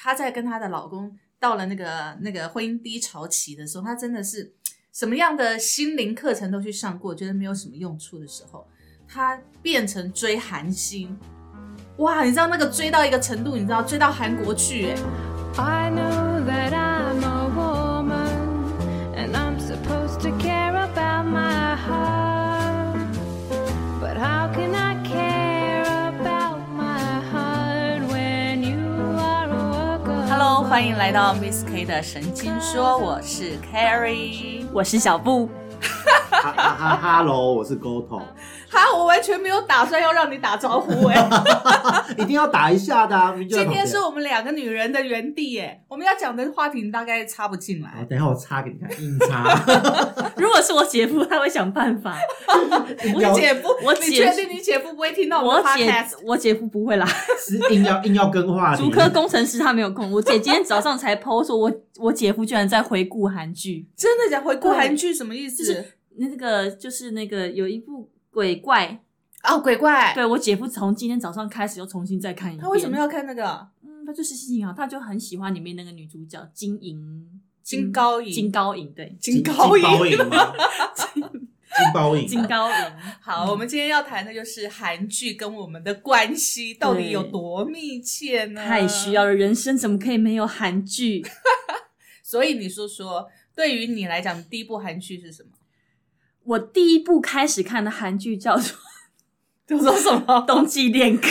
她在跟她的老公到了那个那个婚姻低潮期的时候，她真的是什么样的心灵课程都去上过，觉得没有什么用处的时候，她变成追韩星。哇，你知道那个追到一个程度，你知道追到韩国去、欸， I know that I'm a woman and I'm supposed to care about my heart. But how can I care about my heart when you are a work of Hello， art? 欢迎来到 Miss K 的神经说，我是 Carrie。我是 小布，哈哈哈哈喽，我是 Goto，哈，我完全没有打算要让你打招呼哎、一定要打一下的、啊。明明就在今旁天边是我们两个女人的原地哎、我们要讲的话题你大概插不进好，来。等一下我插给你看，硬插。如果是我姐夫，他会想办法。硬我要姐夫，我你姐确定你姐夫不会听到 我我们的姐 podcast？我姐夫不会啦，是硬要硬要跟话题。主科工程师他没有空。我姐今天早上才 PO 说我，我姐夫居然在回顾韩剧，真的讲回顾韩剧什么意思？就是那个就是那个有一部鬼怪，哦，鬼怪，对我姐夫从今天早上开始又重新再看一遍。他为什么？要看那个嗯，他就是心情好，他就很喜欢里面那个女主角金银金高银金高银对金高银？包影吗？金包影，金高银。好，我们今天要谈的就是韩剧跟我们的关系到底对有多密切呢？太需要了，人生怎么可以没有韩剧？所以你说说，对于你来讲，第一部韩剧是什么？我第一部开始看的韩剧 叫做就说什么？ 《冬季恋歌》，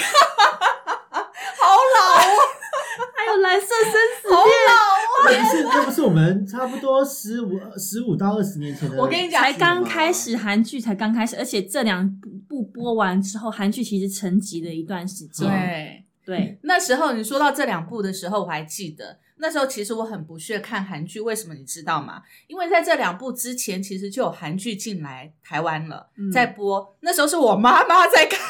好啊还有《蓝色生 死老，好这不是这不是我们差不多十五十五到二十年前的。老！我跟你讲，才刚开始，韩剧才刚开始，而且这两部播完之后，韩剧其实沉寂了一段时间。对，对，那时候你说到这两部的时候，我还记得。那时候其实我很不屑看韩剧，为什么你知道吗？因为在这两部之前，其实就有韩剧进来台湾了，嗯在播。那时候是我妈妈在看，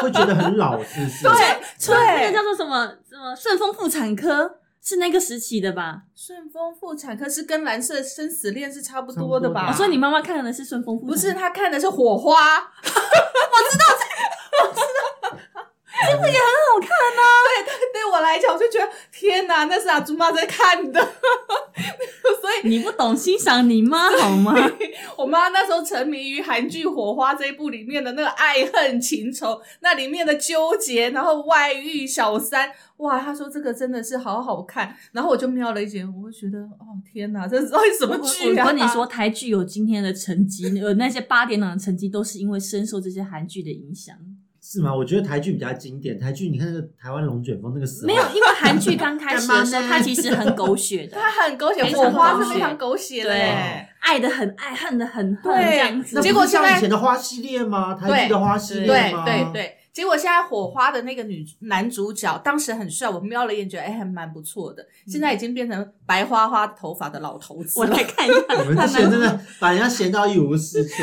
会觉得很老，是不是？对那个对。叫做什么什么顺丰妇产科，是那个时期的吧？顺丰妇产科是跟蓝色生死恋是差不多的吧？哦，所以你妈妈看的是顺丰妇啊不产是科，她看的是火花， 很好看。啊对我来讲，我就觉得天哪，那是阿朱妈在看的，所以你不懂欣赏你妈好吗？我妈那时候沉迷于韩剧《火花》这一部里面的那个爱恨情仇，那里面的纠结，然后外遇、小三，哇，她说这个真的是好好看，然后我就瞄了一眼，我就觉得哦天哪，这是到底什我么剧啊？我跟你说，，台剧有今天的成绩，呃，那些八点档的成绩都是因为深受这些韩剧的影响。是吗？我觉得台剧比较经典。台剧，你看那个台湾龙卷风那个时候，没有，因为韩剧刚开始的时候，干嘛呢它其实很狗血 的，她很狗血，非常火花是狗非血常狗血的对耶。爱的很爱，恨的很恨对这样那子不结是。果现在像以前的花系列吗？台剧的花系对列吗？对。对，结果现在火花的那个女男主角当时很帅，我瞄了一眼，觉得哎还蛮不错的。现在已经变成白花花头发的老头子嗯我了。来看一下，我们之前真的把人家闲到一无是处，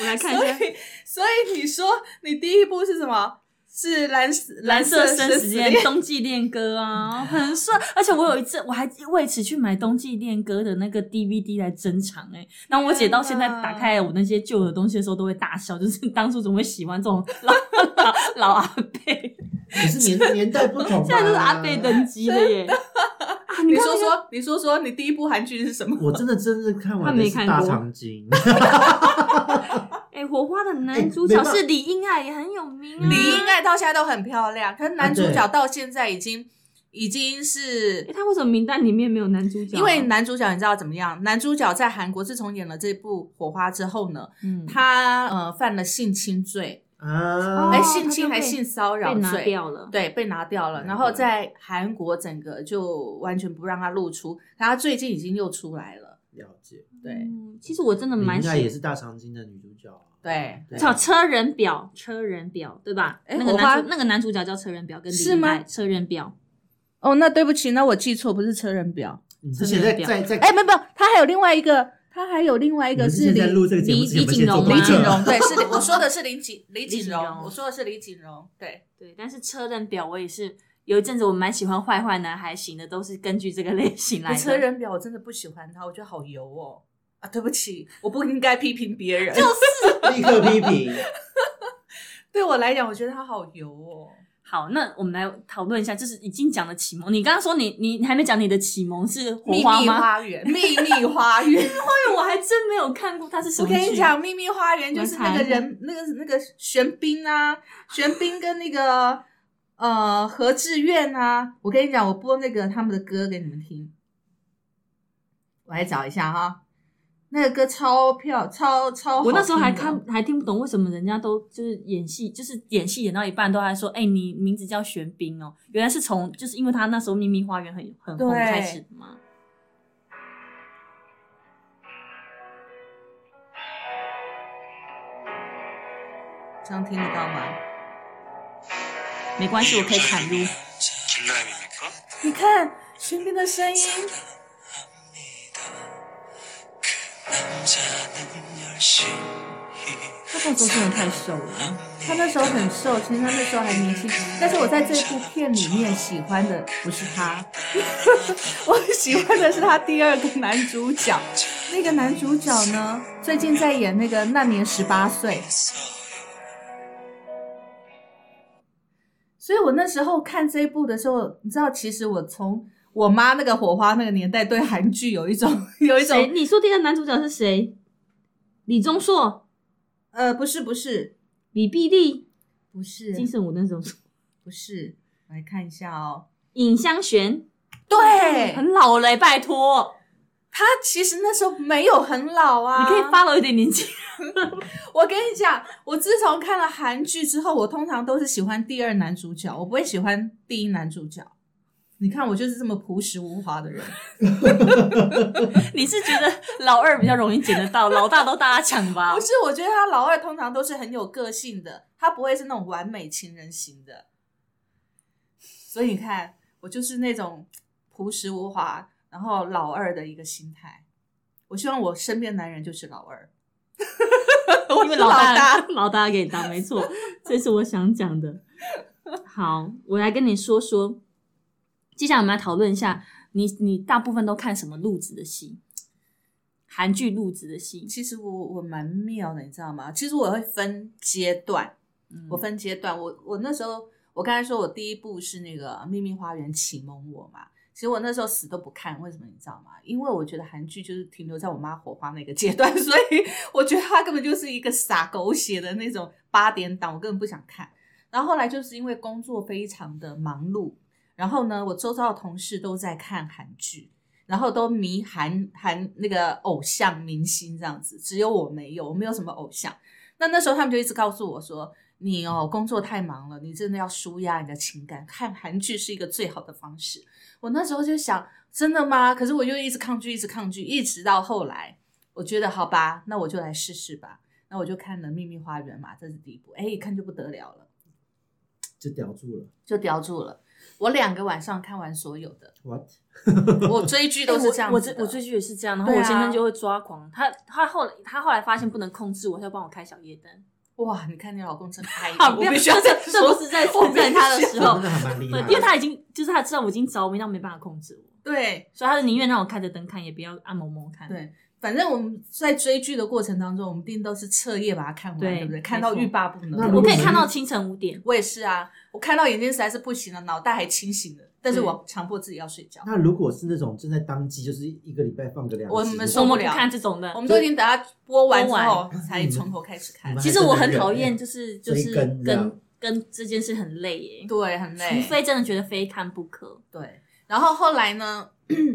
我来看一所下。以所以你说你第一部是什么？是蓝蓝色生死恋恋、冬季恋歌啊，很帅。而且我有一次，我还为此去买冬季恋歌的那个 DVD 来珍藏哎、然后我姐到现在天哪打开我那些旧的东西的时候，都会大笑，就是当初怎么会喜欢这种老 老老阿伯？可是年年代不同嘛。 现在都是阿伯等级了耶！啊，你你看说那个说，你说说，你第一部韩剧是什么？我真的真的看他完的没是看大过长今， 哎、火花的男哎主角没办是李英爱，也很有名啊。李英爱到现在都很漂亮，可是男主啊对角到现在已经已经是哎、他为什么名单里面没有男主角啊？因为男主角你知道怎么样？男主角在韩国自从演了这部《火花》之后呢，嗯，他呃犯了性侵罪，啊，哎、哦性侵他就还被性骚被扰拿罪，掉了。对，被拿掉了。难然后怪在韩国整个就完全不让他露出，然后他最近已经又出来了，了解。对嗯其实我真的你蛮应喜该欢也是大长今的女主角啊、对叫车人表，车人表，对吧？哎那个火花男主那个男主角叫车人表，跟李是吗英爱车人表，哦，那对不起，那我记错，不是车人表。你之前在真的在在，哎，没有没有，他还有另外一个，他还有另外一你个们之是前在录这个节目李之前有没有李景先做李荣功吗锦课荣，对，是李我说的是林锦李锦锦荣，荣我说的是李锦荣，对。对。但是车人表我也是有一阵子我蛮喜欢坏坏男孩型的，都是根据这个类型来我的。哎车人表我真的不喜欢他，我觉得好油哦。啊，对不起，我不应该批评别人。 立刻批评。对我来讲，我觉得他好油哦。好，那我们来讨论一下，就是已经讲了启蒙。你刚刚说你你你还没讲你的启蒙是火秘花密吗？花 园，秘密花园。对，我还真没有看过它是什我么。跟你，讲，秘密花园就是那个我人，那个那个玄彬啊，玄彬跟那个呃何志远啊。我跟你讲，我播那个他们的歌给你们听。我来找一下哈，那个歌超漂，超超好我那时候还听的看还听不懂为什么人家都就是演戏，就是演戏演到一半都还说，哎、你名字叫玄彬哦，原来是从就是因为他那时候《秘密花园很》很红对开始的嘛。这样听得到吗？没关系，我可以砍入。你看玄彬的声音，他那时候真的太瘦了，他那时候很瘦，其实他那时候还年轻。但是我在这部片里面喜欢的不是 他，我喜欢的是他第二个男主角。那个男主角呢，最近在演那个《那年十八岁》，所以我那时候看这一部的时候，你知道，其实我从我妈那个火花那个年代对韩剧有一种有一谁？种你说第二男主角是谁？李钟硕、呃，不是不是李碧丽、不是金圣武那种，不是，我来看一下哦。尹香璇，对，嗯很老嘞、拜托，他其实那时候没有很老啊。你可以，follow 一点年纪。我跟你讲，我自从看了韩剧之后，我通常都是喜欢第二男主角，我不会喜欢第一男主角。你看，我就是这么朴实无华 的人。你是觉得老二比较容易捡得 到，老大都大家抢吧不？是，我觉得他老二通常都是很有个性的，他不会是那种完美情人型的。所以你看，我就是那种朴实无华，然后老二的一个心态。我希望我身边男人就是老二， 我因为是老大。大 老大给当，没错，这是我想讲的。好，我来跟你说说，接下来我们来讨论一下，你你大部分都看什么路子的戏？韩剧路子的戏，其实我我蛮妙的，你知道吗？其实我会分阶段，我分阶段。我我那时候我刚才说我第一部是那个《秘密花园》启蒙我嘛。其实我那时候死都不看，为什么你知道吗？因为我觉得韩剧就是停留在我妈火花那个阶段， 所以我觉得它根本就是一个撒狗血的那种八点档，我根本不想看。然后后来就是因为工作非常的忙碌，然后呢，我周遭的同事都在看韩剧，然后都迷韩韩那个偶像明星这样子，只有我没有，我没有什么偶像。那那时候他们就一直告诉我说：“你哦，工作太忙了，你真的要舒压你的情感，看韩剧是一个最好的方式。”我那时候就想，真的吗？可是我又一直抗拒，一直抗拒，一直到后来，我觉得好吧，那我就来试试吧。那我就看了《秘密花园》嘛，这是第一部，哎，一看就不得了了，就叼住了。就叼住了。我两个晚上看完所有的， What？我追剧都是这样欸我 子的、我我追剧也是这样，然后对我啊先生就会抓狂，他他后来他后来发现不能控制我，他就帮我开小夜灯。哇，你看你老公真开 好朗，不我要必须要啊这这这这不是在称赞他的时候真的还嗯蛮厉对害，的，哦因为他已经就是他知道我已经着迷，到没办法控制我，对所以他就宁愿让我开着灯看，也不要按蒙蒙看。，对，反正我们在追剧的过程当中，我们一定都是彻夜把它看完，对对不对？看到欲罢不那能。如我果可以是看到清晨五点。我也是啊，我看到眼睛实在是不行了，脑袋还清醒的，但是我强迫自己要睡觉。那如果是那种正在当机，就是一个礼拜放个两集，我们我受们了不看这种的我，们都已经等它播完之播完后，才从头开始看你们，其实我很讨厌，就是就追是更这样跟跟这件事很累耶，对，很累。除非真的觉得非看不可。对，嗯然后后来呢，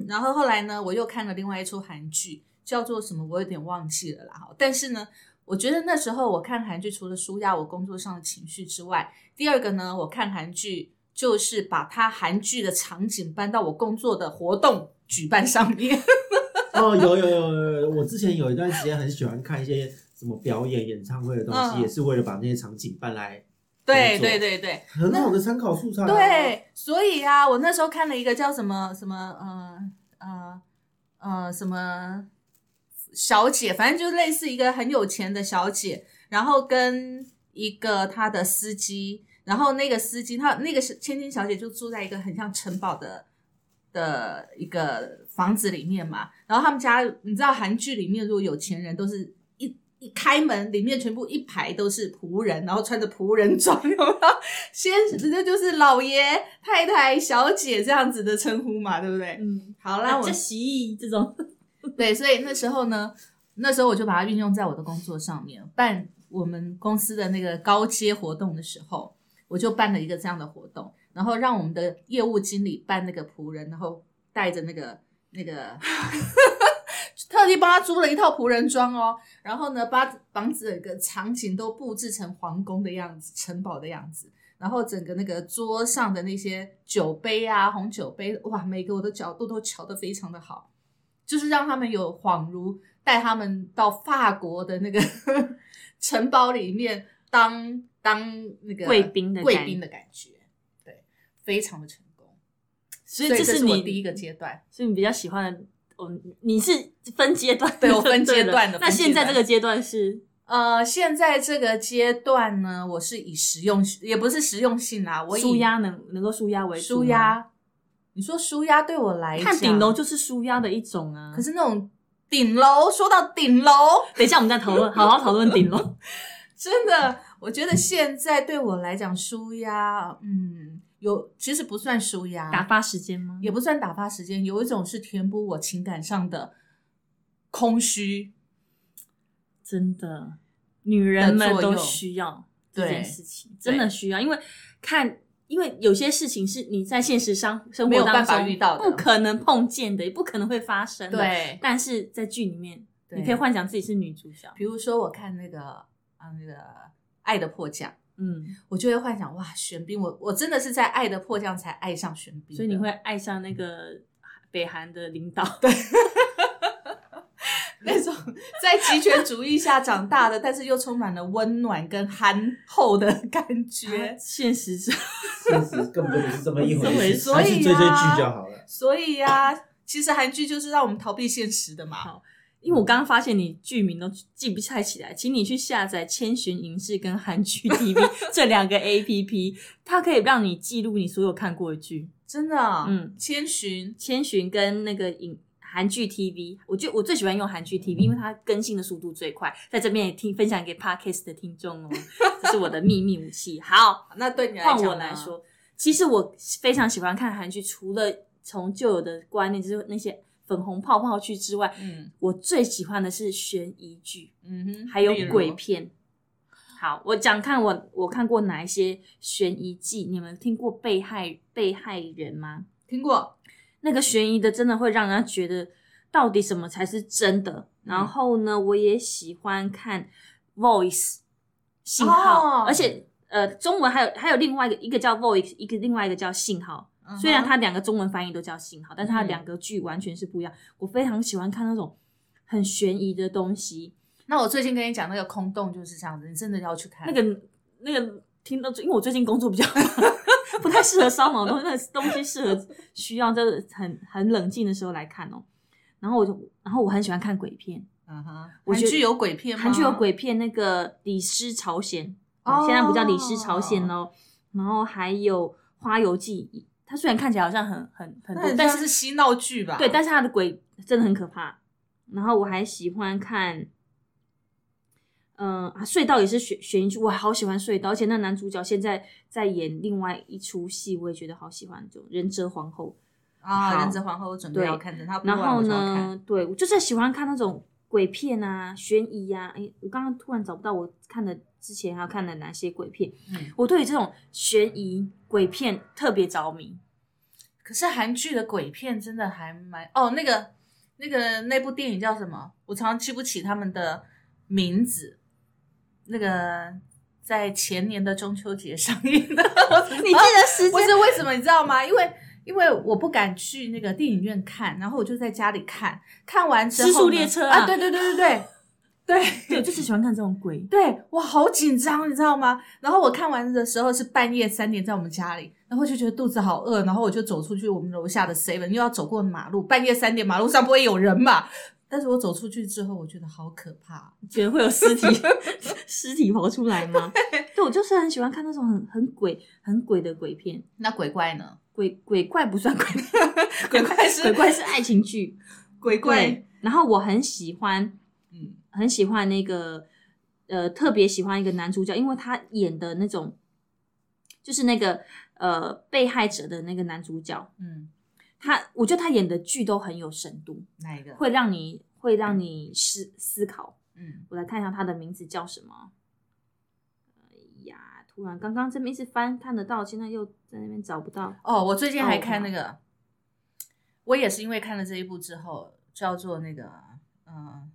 然后后来呢，我又看了另外一出韩剧，叫做什么，我有点忘记了啦。哈，但是呢，我觉得那时候我看韩剧，除了舒压我工作上的情绪之外，第二个呢，我看韩剧就是把它韩剧的场景搬到我工作的活动举办上面。 哦，有有有有有，我之前有一段时间很喜欢看一些什么表演、演唱会的东西，嗯也是为了把那些场景搬来对没错对对对，很好的参考素材啊。对，所以啊，我那时候看了一个叫什么什么呃呃呃什么小姐，反正就类似一个很有钱的小姐，然后跟一个她的司机，然后那个司机她那个是千金小姐就住在一个很像城堡的。的一个房子里面嘛，然后他们家你知道韩剧里面如果有钱人都是一一开门，里面全部一排都是仆人，然后穿着仆人装， 有没有？先那就是老爷、太太、小姐这样子的称呼嘛，对不对？嗯，好好啦，啦，我我洗衣这种，对，所以那时候呢，那时候我就把它运用在我的工作上面，办我们公司的那个高阶活动的时候，我就办了一个这样的活动，然后让我们的业务经理扮那个仆人，然后带着那个那个。特地帮他租了一套仆人装哦，然后呢，把房子整个场景都布置成皇宫的样子、城堡的样子，然后整个那个桌上的那些酒杯啊、红酒杯，哇，每个我的角度都瞧得非常的好。就是让他们有恍如带他们到法国的那个 城堡里面当当那个贵宾的感贵宾的感觉，对，非常的成功。所以这这是我你第一个，阶段，所以你比较喜欢的。哦，你是分阶段的，对我分阶段的对了那分阶现在段这个阶段是呃，现在这个阶段呢，我是以实用也不是实用性啦，我以舒压能能够舒压为主吗舒，压，你说舒压对我来讲，看顶楼，就是舒压的一种啊。可是那种顶楼，说到顶楼，等一下我们再讨论，好好讨论 顶楼。真的，我觉得现在对我来讲，舒压，嗯，有其实不算舒打压，发时间吗？也不算打发时间，有一种是填补我情感上的空虚。真的，女人们都需要这件事情，对真的需要，因为看，因为有些事情是你在现实上生活没有当办法中遇到的不可能碰见的，也不可能会发生的。，对，但是在剧里面，对你可以幻想自己是女主角，比如说我看那个啊那个《爱的迫降》，嗯，我就会幻想哇，玄彬，我我真的是在《爱的迫降》才爱上玄彬的，所以你会爱上那个北韩的领导。对，那种在极权主义下长大的，但是又充满了温暖跟憨厚的感觉。现实是现实根本就不是这么一回事，所以还是追追啊剧就好了。所以呀、其实韩剧就是让我们逃避现实的嘛。好因为我刚刚发现你剧名都记不太起来，请你去下载千寻影视跟韩 剧 TV 这两个 APP，它可以让你记录你所有看过的剧。真的啊、嗯千寻千寻跟那个影韩剧 TV，我就我最喜欢用韩剧 TV，因为它更新的速度最快。在这边也听分享给 Podcast 的听众哦， 这是我的秘密武器。好，那对你来换讲，啊我来，说，其实我非常喜欢看韩剧，除了从旧有的观念，就是那些粉红泡泡剧之外，嗯我最喜欢的是悬疑剧。嗯哼，还有例如鬼片。好，我讲看我我看过哪一些悬疑剧？你们听过被害被害人吗？听过，那个悬疑的真的会让人家觉得到底什么才是真的。嗯然后呢，我也喜欢看 Voice 信号，哦而且呃，中文还有还有另外一个一个叫 Voice，一个另外一个叫信号。嗯哼虽然它两个中文翻译都叫信号，但是它嗯两个剧完全是不一样。我非常喜欢看那种很悬疑的东西。那我最近跟你讲那个空洞就是这样子，你真的要去看那个那个听到最，因为我最近工作比较 不太适合烧脑的东西，那个东西适合需要就是很很冷静的时候来看哦。然后我就，然后我很喜欢看鬼片，嗯哼，我韩觉得剧有鬼片吗？韩剧有鬼片，那个《李尸朝鲜》哦现在不叫《李尸朝鲜》哦，然后还有《花游记》，它虽然看起来好像很很很那多很，但像是嬉闹剧吧？对，但是他的鬼真的很可怕。然后我还喜欢看，嗯、啊，隧道也是悬悬疑剧，我好喜欢隧道，而且那男主角现在在演另外一出戏，我也觉得好喜欢，就《忍者皇后啊，好忍者皇后我准备对要看的，他》。然后不管我就要看？呢，对我就是喜欢看那种鬼片啊、悬疑呀、啊。哎，我刚刚突然找不到我看的之前还有看的哪些鬼片，嗯，我对于这种悬疑鬼片特别着迷。可是韩剧的鬼片真的还蛮哦，那个那个那部电影叫什么？我常常记不起他们的名字。那个在前年的中秋节上映的， 你记得时不间？是为什么你知道吗？因为因为我不敢去那个电影院看，然后我就在家里看，看完之后呢失速列车啊啊，对对对对对对 对，我就是喜欢看这种鬼。对，我好紧张，你知道吗？然后我看完的时候是半夜三点，在我们家里，然后就觉得肚子好饿，然后我就走出去我们楼下的 seven，又要走过马路，半夜三点马路上不会有人嘛？但是我走出去之后，我觉得好可怕，觉得会有 尸体尸体跑出来吗？对，我就是很喜欢看那种很很鬼很鬼的鬼片，那鬼怪呢？鬼鬼怪不算鬼片， 鬼怪是鬼怪是爱情剧。鬼怪，对，然后我很喜欢嗯，很喜欢那个呃特别喜欢一个男主角，因为他演的那种就是那个呃被害者的那个男主角，嗯，他我觉得他演的剧都很有深度，哪一个？会让你会让你思思考。嗯，我来看一下他的名字叫什么。哎呀，突然刚刚这边一直翻看得到，现在又在那边找不到。哦，我最近还看那个，我也是因为看了这一部之后，叫做那个，嗯、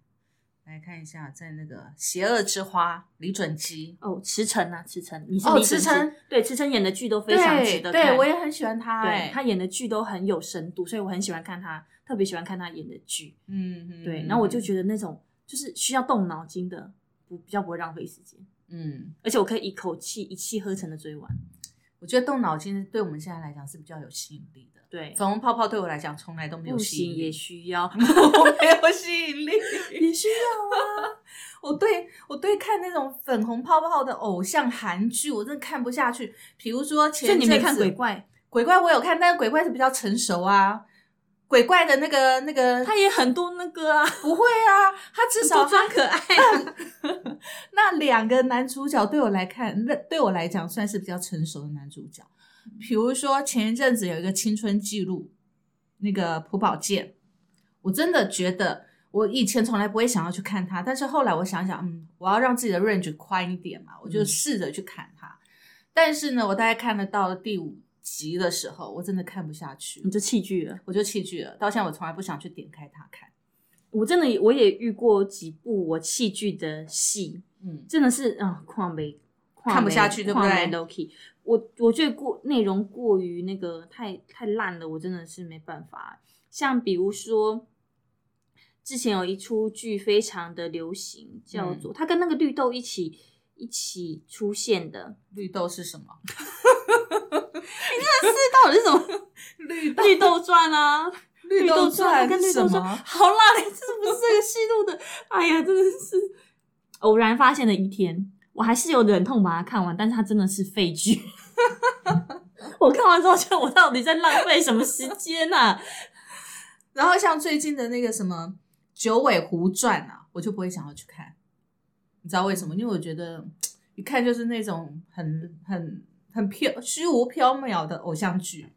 来看一下，在那个《邪恶之花》，李准基。哦，池诚啊，池诚，你是哦李池准基诚，对，池诚演的剧都非常值得看。对我也很喜欢他、对哎，他演的剧都很有深度，所以我很喜欢看他，特别喜欢看他演的剧。嗯，嗯对，然后我就觉得那种就是需要动脑筋的，不比较不会浪费时间，嗯，而且我可以一口气一气呵成的追完。我觉得动脑筋对我们现在来讲是比较有吸引力的。对，粉红泡泡对我来讲从来都没有不吸行引也力，需要， 我没有吸引力。也需要啊。 我对我对看那种粉红泡泡的偶像韩剧，我真的看不下去。比如说所以前你没阵看子鬼怪，鬼怪我有看，但是鬼怪是比较成熟啊。鬼怪的那个那个，他也很多那个啊，不会啊，他至少多他装可爱。 那两个男主角对我来看，那对我来讲算是比较成熟的男主角。比如说前一阵子有一个青春记录，那个朴宝剑，我真的觉得我以前从来不会想要去看他，但是后来我想想，嗯，我要让自己的 range 宽一点嘛，嗯我就试着去看他。但是呢，我大概看了到了第五集的时候，我真的看不下去你，就弃剧了。我就弃剧了。到现在我从来不想去点开它看。我真的我也遇过几部我弃剧的戏，嗯真的是啊，跨没看不下去对不对 l o k y 我我觉得过内容过于那个太太烂了，我真的是没办法。像比如说，之前有一出剧非常的流行，叫嗯做、它跟那个绿豆一起一起出现的， 绿豆是 什么？这到底是什么？ 绿绿豆传啊，绿豆传跟绿豆什传么，好啦，你这不是这个戏路的，哎呀，真的是偶然发现的一天，我还是有忍痛把它看完，但是它真的是废剧。 我看完之后，觉得我到底在浪费什么时间呐、啊？然后像最近的那个什么《九尾狐传》啊，我就不会想要去看，你知道为什么？因为我觉得一看就是那种很很很飘虚无缥缈的偶像剧，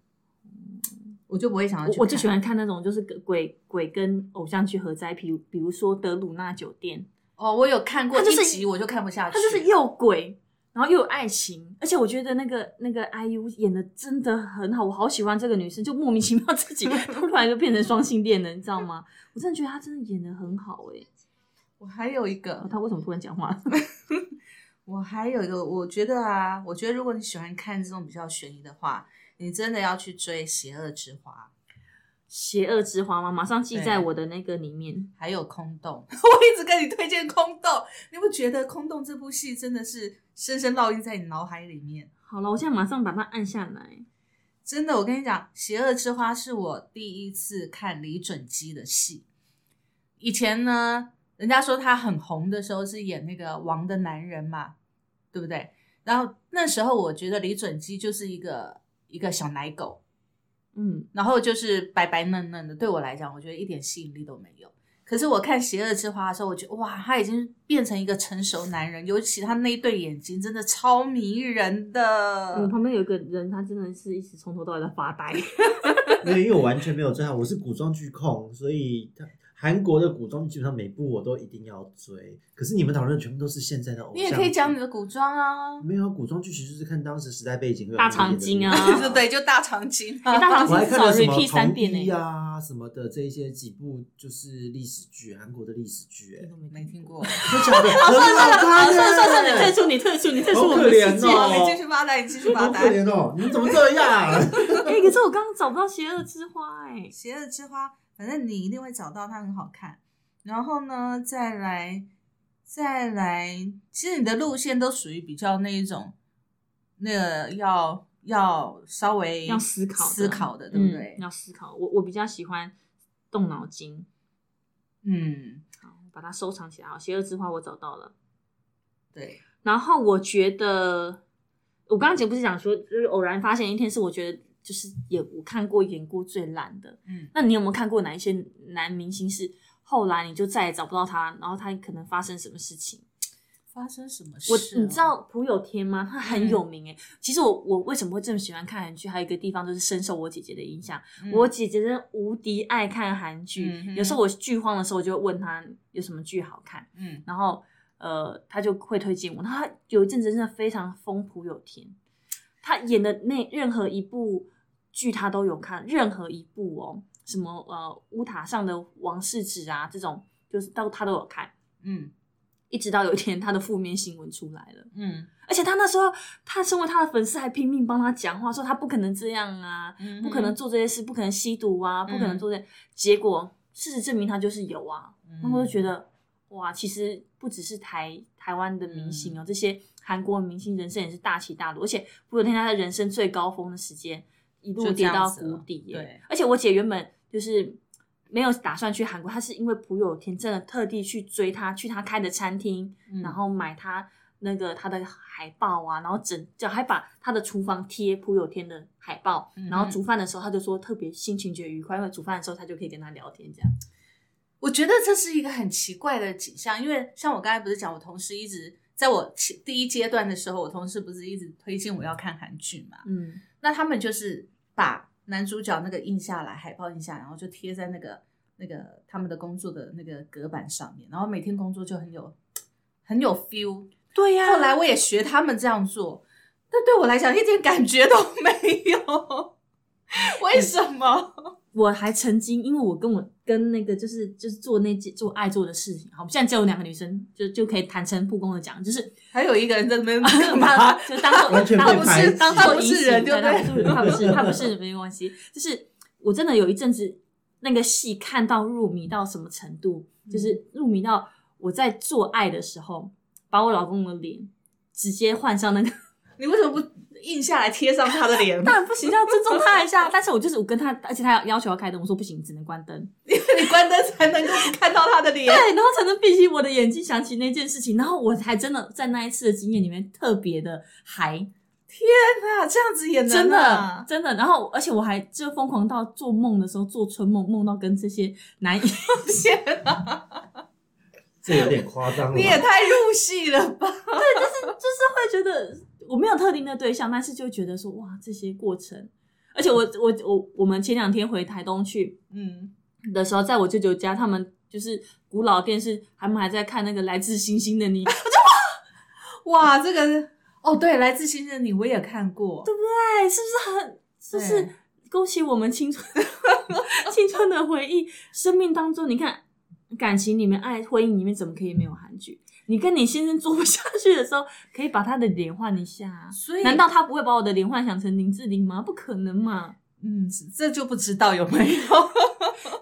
我就不会想要去我看。我就喜欢看啊那种就是鬼鬼跟偶像剧合在一起，比如说《德鲁纳酒店》，哦，我有看过它就是一集，我就看不下去。它就是又鬼，然后又有爱情，而且我觉得那个那个 IU 演的真的很好，我好喜欢这个女生，就莫名其妙自己 突然就变成双性恋了，你知道吗？我真的觉得她真的演的很好哎、我还有一哦个，她为什么突然讲话？我还有一个，我觉得啊，我觉得如果你喜欢看这种比较悬疑的话，你真的要去追《邪恶之花》。邪恶之花吗？马上记在对我的那个里面。还有空洞， 我一直跟你推荐空洞，你不觉得空洞这部戏真的是深深烙印在你脑海里面？好了，我现在马上把它按下来。真的，我跟你讲，《邪恶之花》是我第一次看李准基的戏。以前呢，人家说他很红的时候是演那个《王的男人》嘛，对不对？然后那时候我觉得李准基就是一个一个小奶狗，嗯，然后就是白白嫩嫩的，对我来讲，我觉得一点吸引力都没有。可是我看《邪恶之花》的时候，我觉得哇，他已经变成一个成熟男人，尤其他那一对眼睛真的超迷人的。呃我旁边有一个人，他真的是一直从头到尾在发 呆。没有，因为我完全没有追韩，我是古装剧控，所以他韩国的古装剧基本上每部我都一定要追。可是你们讨论的全部都是现在的偶像，你也可以讲你。的古装啊，没有古装剧，其实就是看当时时代背景和大长今啊对 对，就大长今 啊欸、大长我还今至看少了什么 repeat 三同遍呢、一啊什么的这一些几部就是历史剧，韩国的历史剧、哎，没听过。真假的很好看、好，欸，哦算了算了，你退出，你退出，你退出好我可们的世怜界。哦好，你继续发呆，你继续发好可呆。怜哦，你们怎么这样、哎、可是我刚刚找不到邪恶之花、哎， 《邪恶之花》，反正你一定会找到，它很好看。然后呢，再来，再来，其实你的路线都属于比较那一种，那个要要稍微要思考的思考的，对不对嗯？要思考。我我比较喜欢动脑筋，嗯，好，把它收藏起来。好，邪恶之花我找到了。对，然后我觉得，我刚刚姐不是讲说，就是偶然发现一天是我觉得就是也我看过演过最烂的。嗯，那你有没有看过哪一些男明星是后来你就再也找不到他，然后他可能发生什么事情？发生什么事、我你知，道朴有天吗？嗯他很有名诶、其实我我为什么会这么喜欢看韩剧，还有一个地方就是深受我姐姐的影响。嗯我姐姐真的无敌爱看韩剧，嗯哼有时候我剧荒的时候，我就会问她有什么剧好看，嗯，然后呃，她就会推荐我。然后她有一阵子真的非常疯朴有天，她演的那任何一部剧她都有看，任何一部哦，什么呃乌塔上的王世子啊这种，就是到她都有看。嗯一直到有一天她的负面新闻出来了。嗯而且他那时候，他身为他的粉丝还拼命帮他讲话，说他不可能这样啊，嗯，不可能做这些事，不可能吸毒啊，不可能嗯做这。结果事实证明他就是有啊，嗯，那我就觉得哇，其实不只是台台湾的明星嗯哦，这些韩国明星人生也是大起大落，而且朴有天他的人生最高峰的时间一路就这跌样到子了谷底耶。对而且我姐原本就是。没有打算去韩国，她是因为朴有天真的特地去追他，去他开的餐厅，嗯然后买他那个他的海报啊，然后整就还把他的厨房贴朴有天的海报，嗯哼然后煮饭的时候他就说特别心情觉得愉快，因为煮饭的时候他就可以跟他聊天这样。我觉得这是一个很奇怪的景象，因为像我刚才不是讲，我同事一直在我起第一阶段的时候，我同事不是一直推荐我要看韩剧嘛？嗯，那他们就是把男主角那个印下来，海报印下来，然后就贴在那个那个他们的工作的那个隔板上面，然后每天工作就很有很有 feel。对呀后来我也学他们这样做，但对我来讲一点感觉都没有。为什么？我还曾经，因为我跟我跟那个就是就是做那件做爱做的事情，好，现在只有两个女生，就就可以坦诚不公的讲，就是还有一个人在那边干嘛 她？就当做完全被当做排挤当做她不是人对对她不不是她不是她不是没关系，就是我真的有一阵子那个戏看到入迷到什么程度，就是嗯入迷到我在做爱的时候，把我老公的脸直接换上 那个你为什么不印下来贴上他的脸？ 当然不行，要尊重他一下。 但是我就是我跟他，而且他要求要开灯，我说不行，只能关 灯。你关灯才能够看到他的脸。对，然后才能闭起我的眼睛想起那件事情。然后我还真的在那一次的经验里面特别的嗨，那这样子也能真的啊真的。然后而且我还就疯狂到做梦的时候做春梦，梦到跟这些男 演天啊这有点夸张了 吧。你也太入戏了吧？就是会觉得我没有特定的对象，但是就觉得说哇这些过程。而且我我我我们前两天回台东去嗯，的时候，在我舅舅家，他们就是古老电视，他们还在看那个《来自星星的你》，哇，这个哦，对，《来自星星的你》我也看过，哎，是不是很就是对勾起我们青春 青春的回忆？生命当中，你看感情里面、爱婚姻里面，怎么可以没有韩剧？你跟你先生做不下去的时候，可以把他的脸换一下啊。所以难道他不会把我的脸幻想成林志玲吗？不可能嘛！嗯，这就不知道有没有？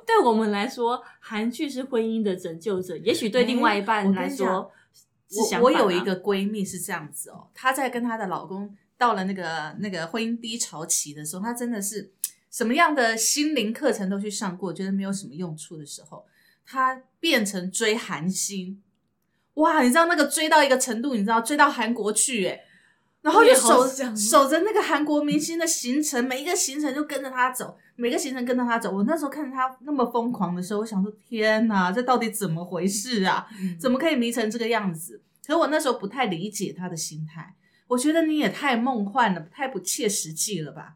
对我们来说，韩剧是婚姻的拯救者，也许对哎另外一半我跟来你讲说是相我我反有啊一个闺蜜是这样子哦，她在跟她的老公到了那个那个婚姻低潮期的时候，她真的是什么样的心灵课程都去上过，觉得没有什么用处的时候，她变成追韩星，哇，你知道那个追到一个程度，你知道追到韩国去哎。然后我也就好守想守着那个韩国明星的行程，每一个行程就跟着他走，每个行程跟着他走。我那时候看着他那么疯狂的时候，我想说：天哪，这到底怎么回事啊？嗯怎么可以迷成这个样子？可我那时候不太理解他的心态，我觉得你也太梦幻了，太不切实际了吧？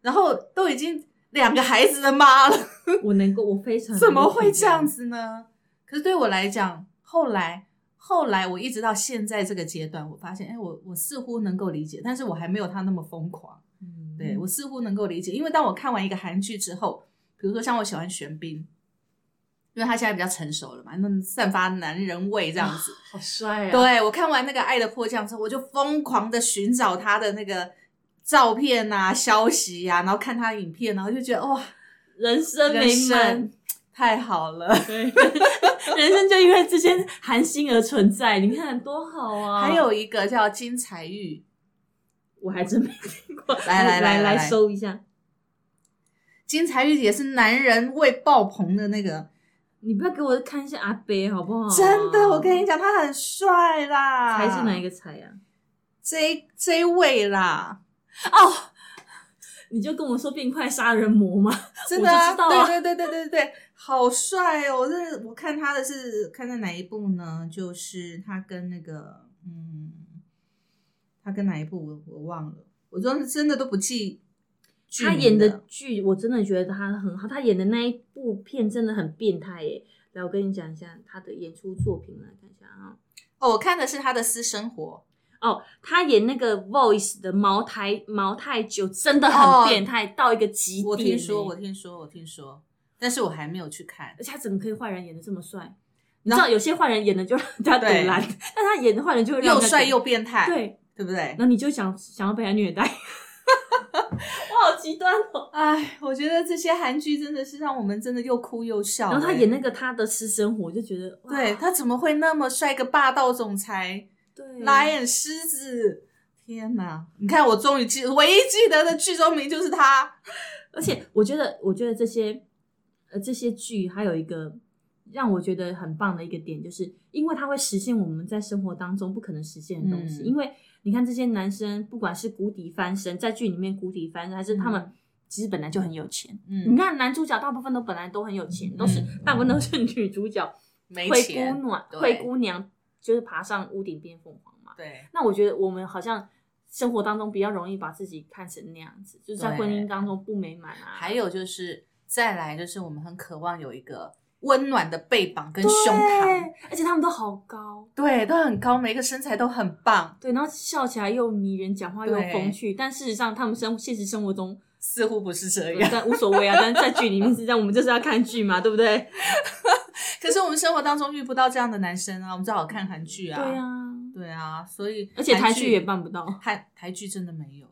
然后都已经两个孩子的妈了，我能够，我非 常怎能么够会体这样谅？子呢？可是对我来讲，后来后来我一直到现在这个阶段，我发现，哎，我我似乎能够理解，但是我还没有他那么疯狂。嗯对我似乎能够理解，因为当我看完一个韩剧之后，比如说像我喜欢玄彬，因为他现在比较成熟了嘛，那散发男人味这样子。好帅啊！对我看完那个《爱的迫降》之后，我就疯狂的寻找他的那个照片啊、消息啊，然后看他的影片，然后就觉得哇，人生人美满生。太好了，对， 人生就因为这些寒心而存在，你看多好啊！还，有一个叫金彩玉，我还真没听过，来来来来来搜一下。金彩玉也是男人味爆棚的那个，你不要给我看一下阿北好不好？真的，我跟你讲，他很帅啦，嗯才是哪一个？个啊才呀、这一这一位啦，啊？哦，你就跟我说变快杀人魔吗？真的、啊，我就知道啊对对对对对对，好帅哦！这我看他的是看在哪一部呢？就是他跟那个嗯，他跟哪一部我我忘了，我真的真的都不记剧名。他演的剧，我真的觉得他很好。他演的那一部片真的很变态耶。来，我跟你讲一下他的演出作品，来看一下啊。哦，我看的是他的私生活，哦，他演那个《Voice》的茅台茅太久真的很变态、到一个极点。哦我听说，我，听说，我听说，但是我还没有去看而。且他怎么可以坏人演的这么帅？你知道有些坏人演的就让人家堵拦， 但他演的坏人就会让又人家帅堵又变态，对，对不对然？后你就想想要被他 虐待。我好极端哦！哎，我觉得这些韩剧真的是让我们真的又哭又笑。 然后他哎演那个他的私生活，就觉得哇对他怎么会那么帅？一个霸道总裁，对拉眼狮子，天哪！你看，我终于记，唯一记得的剧中名就是他。而且我觉得，我觉得这些呃这些剧还有一个让我觉得很棒的一个点，就是因为它会实现我们在生活当中不可能实现的东西。嗯因为你看这些男生，不管是谷底翻身，在剧里面谷底翻身，还是他们。其实本来就很有钱，你嗯，看男主角大部分都本来都很有钱，都是 大部分都是女主角没灰姑钱，娘，对灰姑娘就是爬上屋顶变凤凰嘛。对，那我觉得我们好像生活当中比较容易把自己看成那样子，就是在对婚姻当中不美满啊，还有就是再来就是我们很渴望有一个温暖的背膀跟对胸膛，，而且他们都好高，对，都很高，每个身材都很棒，对，然后笑起来又迷人，讲话又对风趣，但事实上他们生现实生活中，似乎不是这呃样。但无所谓啊，但是在剧里面是这样，我们就是要看剧嘛，对不对？ 可是我们生活当中遇不到这样的男生啊，我们只好看韩剧啊。对啊，啊，对啊，所以而且台剧也办不 到，台台剧真的没有。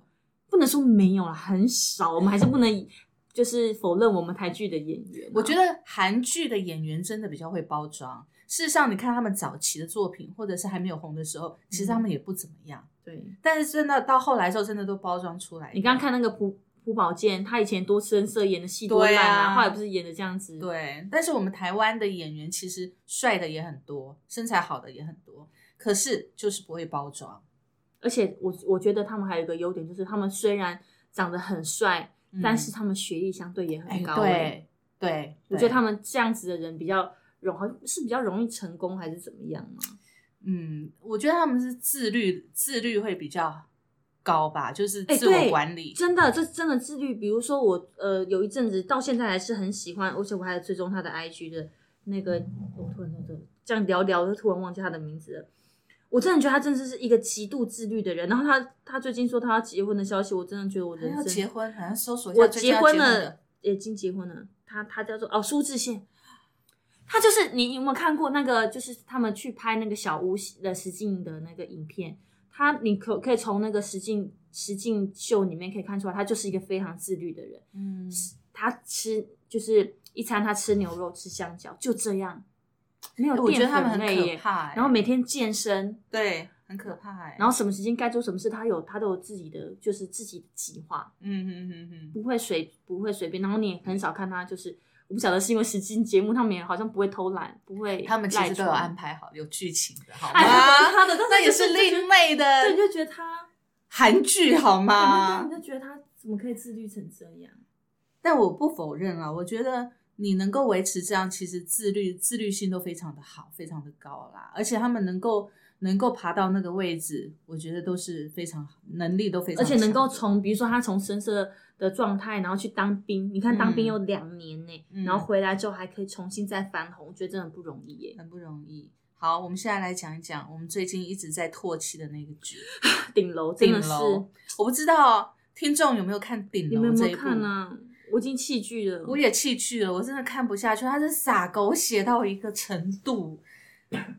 不能说没有啦，很少，我们还是不能就是否认我们台剧的演员啊、我觉得韩剧的演员真的比较会包装。事实上，你看他们早期的作品，或者是还没有红的时候，其实他嗯们也不怎么样。对，但是真的到后来的时候，真的都包装出来了。你刚刚看那个朴朴宝剑，他以前多声色演的戏多烂对啊后来不是演的这样子，，对，但是我们台湾的演员其实帅的也很多，身材好的也很多，可是就是不会包装。而且我我觉得他们还有一个优点，就是他们虽然长得很帅，嗯但是他们学历相对也哎，很高、欸对对，我觉得对他们这样子的人比较容是比较容易成功还是怎么样嘛？啊嗯，我觉得他们是自律，自律会比较高吧，就是哎自我对管理。真的，这真的自律。比如说我呃有一阵子到现在还是很喜欢，而且我还追踪他的 IG 的那个，我突然突然这样聊聊，就突然忘记他的名字了。我真的觉得他真的是一个极度自律的人。然后他他最近说他要结婚的消息，我真的觉得我还人要结生婚，好像搜索一下我最近要婚结了，已经结婚了。他他叫做哦苏志燮，他就是你有没有看过那个？就是他们去拍那个小屋的实境的那个影片，他你可可以从那个实境实境秀里面可以看出来，他就是一个非常自律的人。嗯，他吃就是一餐他吃牛肉吃香蕉，就这样，没有哎我觉得淀他们粉很类可耶。怕、哎然后每天健身，对，很可怕、哎然后什么时间该做什么事，他有他都有自己的就是自己的计划。嗯嗯嗯嗯，不会随不会随便，然后你也很少看他就是，我不晓得是因为实境节目他们也好像不会偷懒，不会他们其实都有赖床安。排好，有剧情的， 好吗？哎， 他的他的，但那是也就是就觉另得类对，的你就觉得他，韩剧，好啊、吗你？就觉得他怎么可以自律成这样？但我不否认啊，我觉得你能够维持这样，其实自律自律性都非常的好，非常的高啦。而且他们能够能够爬到那个位置，我觉得都是非常好，能力都非常而强的，且能够从比如说他从深色的状态，然后去当兵，你看当兵嗯有两年呢、嗯然后回来之后还可以重新再翻红，我觉得真的不容易耶、很不容易。好，我们现在来讲一讲我们最近一直在唾弃的那个剧《顶楼嗯真顶的是，楼》。我不知道哦听众有没有看《顶你楼们有》这没一有部看啊？我已经弃剧了，我也弃剧了，我真的看不下去，他是撒狗血到一个程度。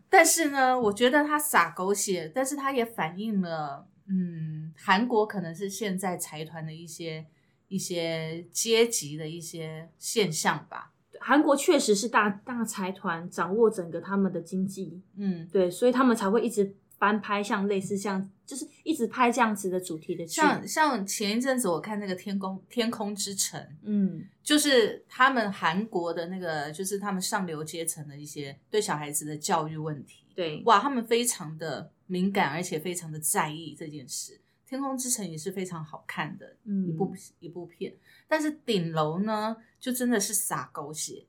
但是呢，我觉得他撒狗血，但是他也反映了，嗯，韩国可能是现在财团的一些一些阶级的一些现象吧。韩国确实是大大财团掌握整个他们的经济，嗯，对，所以他们才会一直翻拍像类似像，就是一直拍这样子的主题的剧。像像前一阵子我看那个《天空天空之城》，嗯，就是他们韩国的那个，就是他们上流阶层的一些对小孩子的教育问题。对，哇，他们非常的敏感，而且非常的在意这件事。《天空之城》也是非常好看的一嗯，部、一部片，但是《顶楼》呢，就真的是撒狗血，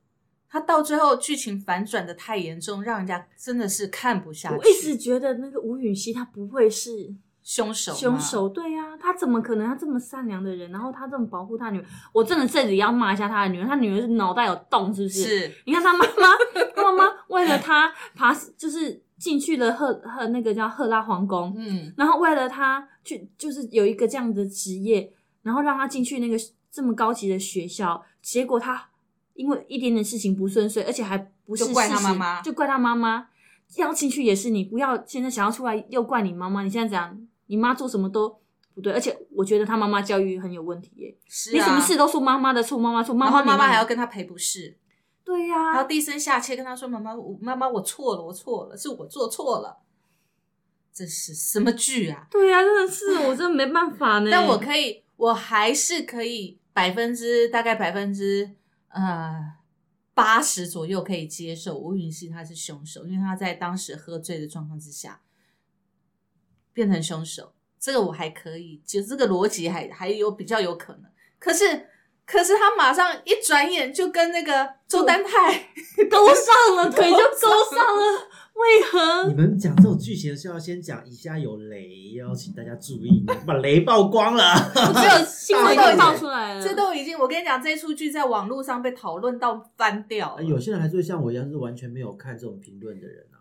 他到最后剧情反转的太严重，让人家真的是看不下去。我一直觉得那个吴允熙她不会是凶手吗凶手，对啊，她怎么可能？她这么善良的人，然后她这么保护她女儿，我真的这里要骂一下她的女儿，她女儿是脑袋有洞是不是？是你看她妈妈，她妈妈为了她爬，就是进去了赫赫那个叫赫拉皇宫，嗯，然后为了他去，就是有一个这样的职业，然后让他进去那个这么高级的学校，结果他因为一点点事情不顺遂，而且还不是就怪他事实妈妈就怪他妈妈。要进去也是你，不要现在想要出来又怪你妈妈。你现在怎样？你妈做什么都不对，而且我觉得他妈妈教育很有问题耶。是、啊、你什么事都说妈妈的错，妈妈错，妈然后妈妈妈还要跟跟他赔不是，对呀、还要低声下气跟他说：“妈妈，我妈妈，我错了，我错了，是我做错了。”这是什么剧啊？对呀、真的是我真的没办法呢。 但我可以，我还是可以百分之大概百分之呃八十左右可以接受吴允熙他是凶手，因为他在当时喝醉的状况之下变成凶手，这个我还可以，就这个逻辑还还有比较有可能。可是可是他马上一转眼就跟那个周丹 泰，勾上了，腿就勾上 了，为何 你？们讲这种剧情是要先讲以下有雷，要请大家注意， 你把雷曝光了。只有新闻都爆出来了，这都已经我跟你讲，这出剧在网络上被讨论到翻掉了。哎有些人还是会像我一样，是完全没有看这种评论的人啊。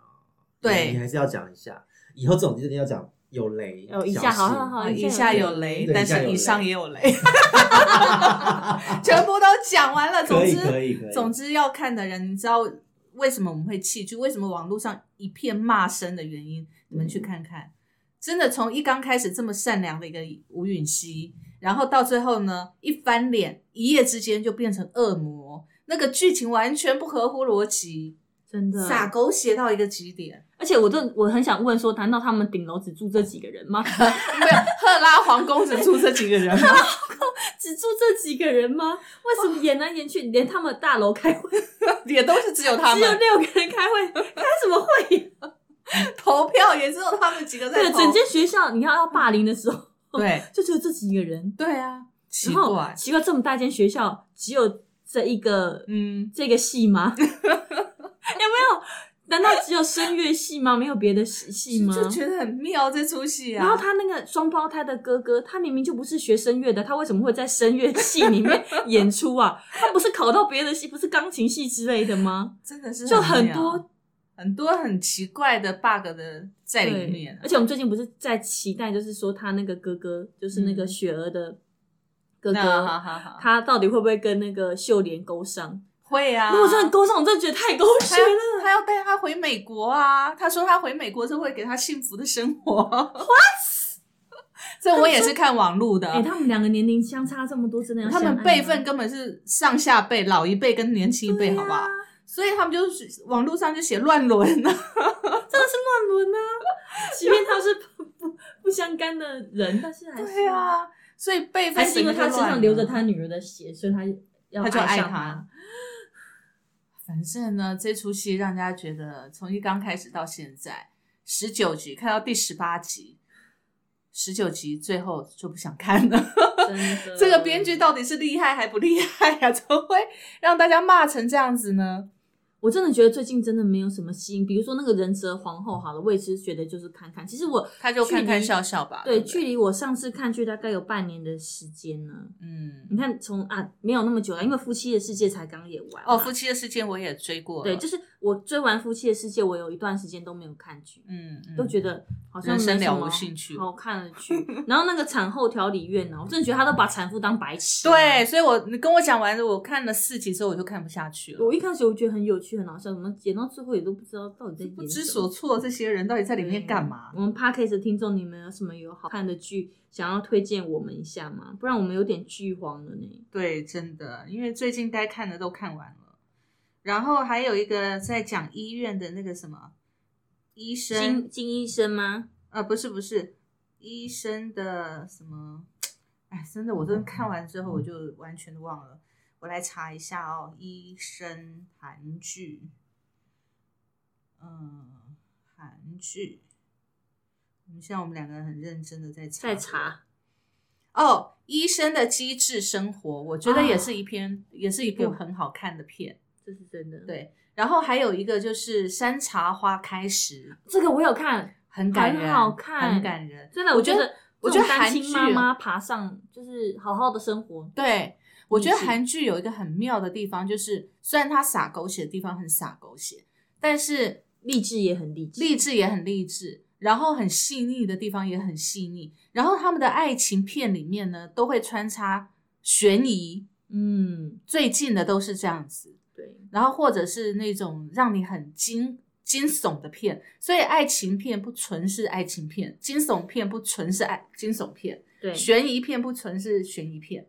对你还是要讲一下，以后这种一定要讲有雷，有以小下心哎好好好啊，以以下下有有雷，对但以下是有以上雷也有雷， 全部都讲完了。总可以之，可以可以。总之要看的人，你知道为什么我们会弃剧，为什么网络上一片骂声的原因，你嗯们去看看。真的从一刚开始这么善良的一个吴允熙，然后到最后呢一翻脸，一夜之间就变成恶魔，那个剧情完全不合乎逻辑，真的。撒狗血到一个极点。 而且我都我很想问说，难道他们顶楼只住这几个人 吗？没有赫拉皇宫只住这几个人吗？ 只住这几个人吗？为什么演来演去，连他们大楼开会也都是只有他只有们，六个人开会，开什 么会？投票也只有他们几个在对，投。整间学校你看要霸凌的时 候，对就只有这几个人。对啊，奇然后怪，奇怪，这么大间学校只有这一个嗯，这个戏 吗？哎有没有？难道只有声乐系吗？没有别的系系吗？就觉得很妙这出戏啊。然后他那个双胞胎的哥哥，他明明就不是学声乐的，他为什么会在声乐系里面 演出啊？他不是考到别的系，不是钢琴系之类的吗？真的是就很很妙多很多很奇怪的 bug 的在里面啊对，而且我们最近不是在期待，就是说他那个哥哥，就是那个嗯雪儿的哥那好哥，好好好，他到底会不会跟那个秀莲勾上？会啊，如果真的勾上，我真的觉得太狗血他要 了。他要带他回美国啊！他说他回美国就会给他幸福的生活。What？这我也是看网路的哎、，他们两哎个年龄相差这么多，真的要他相们爱辈吗分根本是上下辈，老一辈跟年轻一辈，对啊好不好？所以他们就是网络上就写乱伦啊，真的是乱伦啊！即便他是不不不相干的人，但是还是对，啊，所以辈分还是因为他身上流着他女儿的血，所以他要啊他就爱爱上他。 反正呢，这出戏让人家觉得从一刚开始到现在十九集看到第十八集，十九集最后就不想看了。 他。真的，这个编剧到底是厉害还不厉害呀、 怎么会让大家骂成这样子呢？我真的觉得最近真的没有什么吸引，比如说那个人蛇皇后，好了，我也是觉得就是看看。其实我他就看看笑笑，笑吧。对，不距离我上次看剧大概有半年的时间呢。嗯，你看从，啊没有那么久了，因为《夫妻的世界》才刚演完嘛哦，夫妻的事件我也追过了对，就是我追完《夫妻的世界》，我有一段时间都没有看剧，嗯，嗯都觉得好像人生没什了么无兴趣好看的剧。然后那个产后调理院呢，啊我真的觉得他都把产妇当白痴。对，，所以我你跟我讲完，我看了四集之后我就看不下去了，我一开始我觉得很有趣、很好笑，我们演到最后也都不知道到底在演什么不知所措，这些人到底在里面干嘛对？我们 podcast 的听众，你们有什么有好看的剧想要推荐我们一下吗？不然我们有点剧荒了呢。对，真的，因为最近该看的都看完了，然后还有一个在讲医院的那个什么医生金，金医生吗？呃，不是不是，医生的什么？哎，真的，我真的看完之后我就完全忘了，我来查一下哦，医生韩剧，嗯，韩剧，我们现在我们两个人很认真的在查，在查。哦，《医生的机智生活》，我觉得也啊是一篇，也是一部很好看的片。这是真的。，对，然后还有一个就是《山茶花开时这个我有看，》，很感人，很好看很感人。真的，我觉我觉得我觉得这种单韩剧哦亲妈妈爬上就是好好的生活，对，我觉得理解韩剧有一个很妙的地方，就是虽然它洒狗血的地方很洒狗血，但是励志也很励志。励志也很励志，然后很细腻的地方也很细腻。然后他们的爱情片里面呢，都会穿插悬疑，嗯，最近的都是这样子，对，然后或者是那种让你很惊惊悚的片。所以爱情片不纯是爱情片，惊悚片不纯是爱惊悚片，对，悬疑片不纯是悬疑片。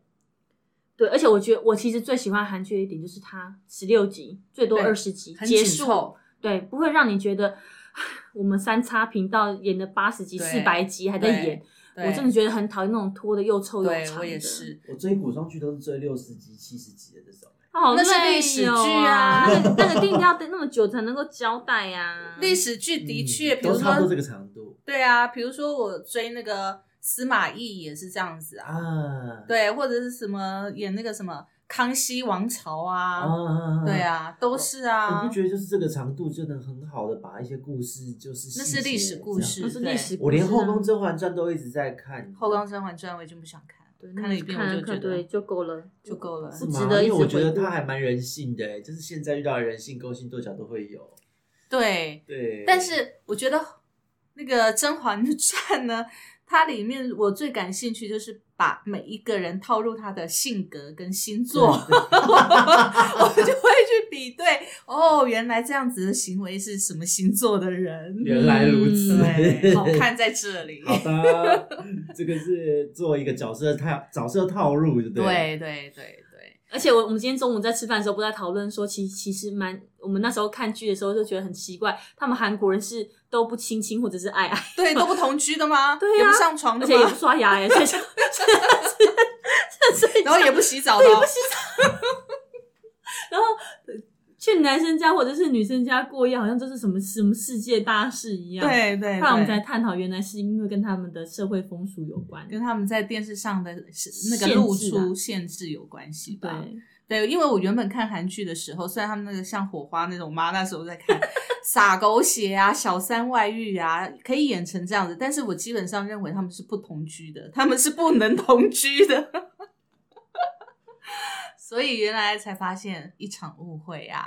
对，而且我觉得我其实最喜欢韩剧的一点就是它十六集，最多对二十集很结紧束，凑对，不会让你觉得唉我们三叉频道演的八十集、对四百集还在对演，对我真的觉得很讨厌那种拖的又臭又对长的。我也，是，我追古装剧都是追六十集、七十集的这种。哎好累那是历史哦剧啊啊， 那个那个一定要等那么久才能够交代呀、啊。历史剧的确，嗯比如都差不多说这个长度对啊，比如说我追那个司马懿也是这样子啊，啊。对，或者是什么演那个什么康熙王朝啊，啊，哎对。啊，都是啊，你不觉得就是这个长度就能很好的把一些故事就是细那节是历史故这事，啊样都是历史我连《后宫故事甄嬛传》都一直在看， 《后宫甄嬛传》我已经不想看对了，看了一遍我就觉看得对就够了，就够了。是不吗值得一因直为我觉得回顾它还蛮人性的，欸就是现在遇到的人性、勾心斗角都会有。对，对，但是我觉得那个《甄嬛传》呢，它里面我最感兴趣就是把每一个人套入他的性格跟星座。 我就会去比对，哦，原来这样子的行为是什么星座的人？原来嗯如此，对， 好看在这里。好的， 这个是做一个角色套角色套路，对不对？对对对对，而且我我们今天中午在吃饭的时候，不是在讨论说，其其实蛮我们那时候看剧的时候就觉得很奇怪，他们韩国人是都不亲亲或者是 爱爱，对都不同居的吗？对也啊不上床而的且也不吗？刷牙哎， 睡觉，睡觉然后也不洗澡的哦，然后呃去男生家或者是女生家过夜，好像就是什么什么世界大事一样。，对对。后来我们对才探讨，原来是因为跟他们的社会风俗有关。跟他们在电视上的是那限个制啊露出限制有关系吧？对，对，因为我原本看韩剧的时候，虽然他们那个像火花那种，我妈那时候在看撒狗血啊、小三外遇啊，可以演成这样子，但是我基本上认为他们是不同居的，他们是不能同居的。 所以原来才发现一场误会啊！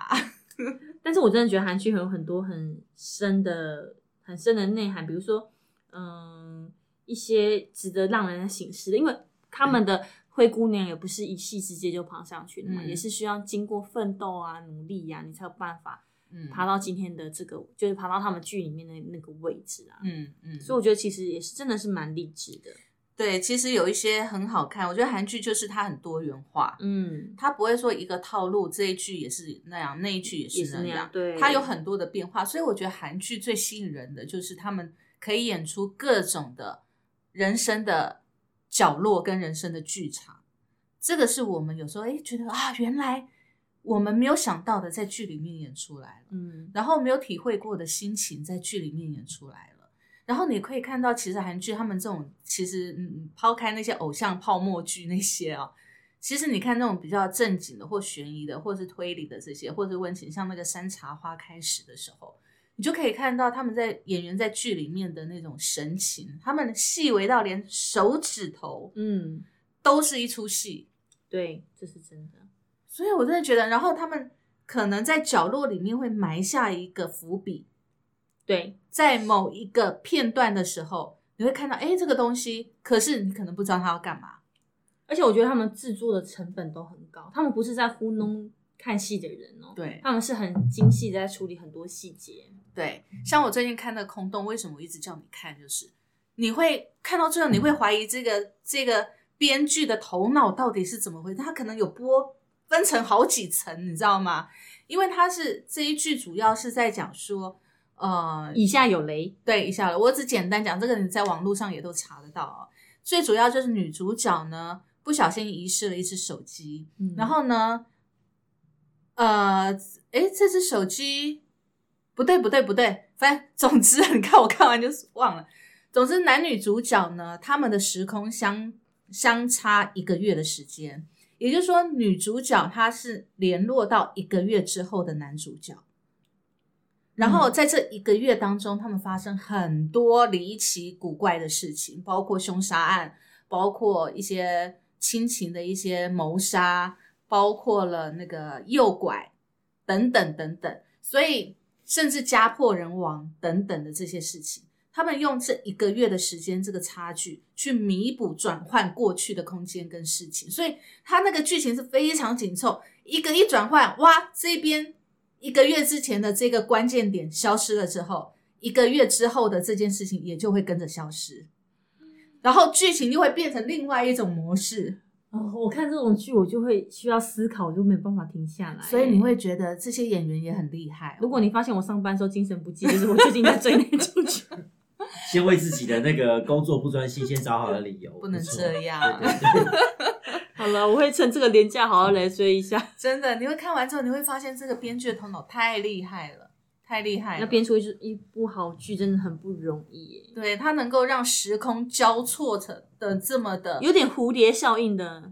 但是我真的觉得韩剧有很多很深的、很深的内涵，比如说，嗯，一些值得让人省思的，因为他们的灰姑娘也不是一夕之间就爬上去的嘛，嗯也是需要经过奋斗啊、努力呀、你才有办法嗯，爬到今天的这个，就是爬到他们剧里面的那个位置啊。嗯嗯，所以我觉得其实也是真的是蛮励志的，对，其实有一些很好看，我觉得韩剧就是它很多元化，嗯，它不会说一个套路，这一句也是那样，那一句也也是是那那样样，，对，它有很多的变化。所以我觉得韩剧最吸引人的就是他们可以演出各种的人生的角落跟人生的剧场，这个是我们有时候哎觉得啊，原来我们没有想到的在剧里面演出来了，嗯，然后没有体会过的心情在剧里面演出来了。然后你可以看到，其实韩剧他们这种，其实嗯，抛开那些偶像泡沫剧那些啊、其实你看那种比较正经的或悬疑的，或是推理的这些，或是温情，像那个《山茶花开始》的时候，你就可以看到他们在演员在剧里面的那种神情，他们细微到连手指头嗯，都是一出戏，对，这是真的，所以我真的觉得，然后他们可能在角落里面会埋下一个伏笔，对，在某一个片段的时候，你会看到，哎，这个东西，可是你可能不知道它要干嘛。而且我觉得他们制作的成本都很高，他们不是在糊弄看戏的人哦，对他们是很精细地在处理很多细节。对，像我最近看那个《空洞》，为什么我一直叫你看？就是你会看到最后，你会怀疑这个这个编剧的头脑到底是怎么回事，他可能有剥分成好几层，你知道吗？因为他是这一句主要是在讲说，呃，以下有雷，对一下了，我只简单讲这个，你在网络上也都查得到哦。最主要就是女主角呢不小心遗失了一只手机，嗯然后呢，呃，诶，这只手机不对，不对，不对，反正总之， 你看我看完就是忘了。总之，男女主角呢，他们的时空相相差一个月的时间，也就是说，女主角她是联络到一个月之后的男主角，然后在这一个月当中，他们发生很多离奇古怪的事情，包括凶杀案，包括一些亲情的一些谋杀，包括了那个诱拐等等等等，所以甚至家破人亡等等的这些事情。他们用这一个月的时间这个差距去弥补转换过去的空间跟事情，所以它那个剧情是非常紧凑，一个一转换，哇，这边一个月之前的这个关键点消失了之后，一个月之后的这件事情也就会跟着消失，然后剧情就会变成另外一种模式，哦，我看这种剧我就会需要思考，我就没办法停下来。欸所以你，会觉得这些演员也很厉害哦、如果你发现我上班的时候精神不济，就是我最近在追那出剧。 先为自己的那个工作不专心先找好了理由，不能错这样对对对好了，我会趁这个廉价好好来追一下。真的，你会看完之后你会发现这个编剧的头脑太厉害了，太厉害了，要编出一出一部好剧真的很不容易耶，对，它能够让时空交错成的这么的，有点蝴蝶效应的，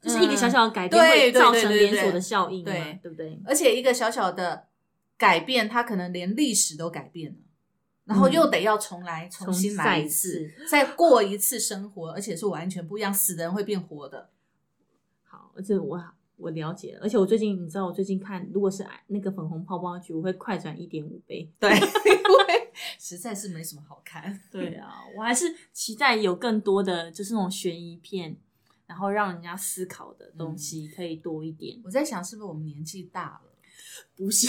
就是一个小小的改嗯变对会对造对成对连对锁的效应嘛，对对不对？而且一个小小的改变，它可能连历史都改变了，然后又得要重来，嗯重新来一次，再过一次生活，而且是完全不一样，死的人会变活的。好，而且我我了解了，而且我最近你知道，我最近看如果是哎那个粉红泡泡剧，我会快转一点五倍。 对，因为实在是没什么好看。对啊，我还是期待有更多的就是那种悬疑片，然后让人家思考的东嗯西可以多一点。我在想，是不是我们年纪大了？不是，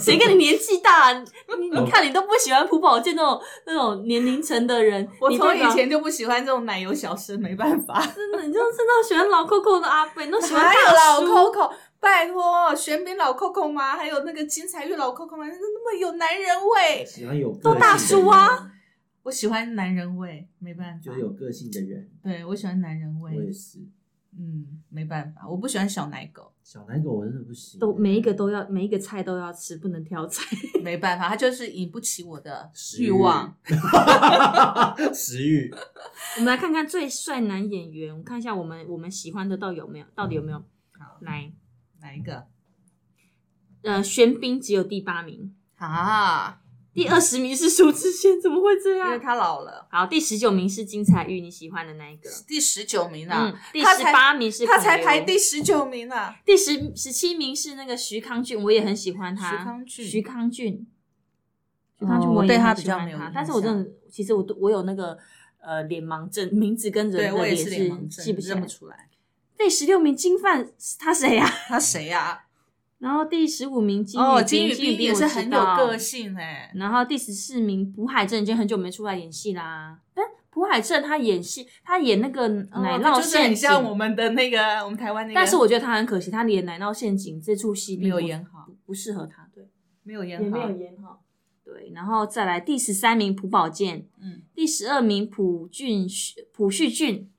谁跟你年纪大、啊？你哦你看你都不喜欢朴宝剑那种那种年龄层的人，我你从代表以前就不喜欢这种奶油小生，没办 法。真的，你就真的喜欢老扣扣的阿贝，你都喜欢还有大老叔。 Coco，拜托，玄彬老 Coco 吗？还有那个金彩玉老 Coco 吗？那么有男人味。喜欢有都大个性的叔啊，我喜欢男人味，没办人，法就。有个性的人，对，我喜欢男人我也味，是。嗯，没办法，我不喜欢小奶狗，小奶狗我真的不行，欸都每一 个都要，每一个菜都要吃，不能挑菜。 没办法，它就是引不起我的食欲望。食欲，我们来看看最帅男演员，我们看一下我们我们喜欢的到底有没有，到底有没有？好，来，哪嗯一个？呃，玄彬只有第八名，啊，第二十名是苏志燮，怎么会这因为样？他老了，好，第十九名是金彩玉，你喜欢的那一个。第十九名嗯啊，，第他十才八名是他孔才刘排第十九名啊。第十十七名是那个徐康俊，我也很喜欢他。徐康俊徐康俊，徐哦康俊，我我也对很他喜比较欢没有印但是我真象的，其实我都我有那个呃脸盲症，名字跟对人的我也脸是脸盲症，记不起认来不。出来，第十六名金范，他谁呀、他谁呀？ 然后第十五名金哦，宇金彬，宇金彬彬也我是知很有道个。性哎，然后第十四名朴海镇已经很久没出来演戏啦，但朴海镇他演戏，他演那个奶哦酪就是很陷阱，像我们的那个我们台湾那个，但是我觉得他很可惜，他演奶酪陷阱这出戏没有并不演好，不不适合他，对。没有也演没好有，演好。对，然后再来第十三名朴宝剑，嗯，第十二名朴俊旭朴旭俊，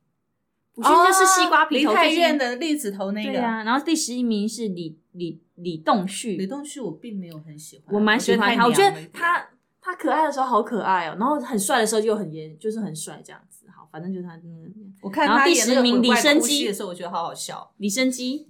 朴旭俊就是西瓜皮头哦梨泰最近院的栗子头那对个。啊，然后第十一名是李李李栋旭，李栋旭我并没有很喜欢，我蛮喜欢他，我觉觉得他他可爱的时候好可爱哦，然后很帅的时候又很严，就是很帅这样子。好，反正就是他嗯，我看然后他第演那个10名鬼怪李生哭戏基的时候，我觉得好好笑。李生基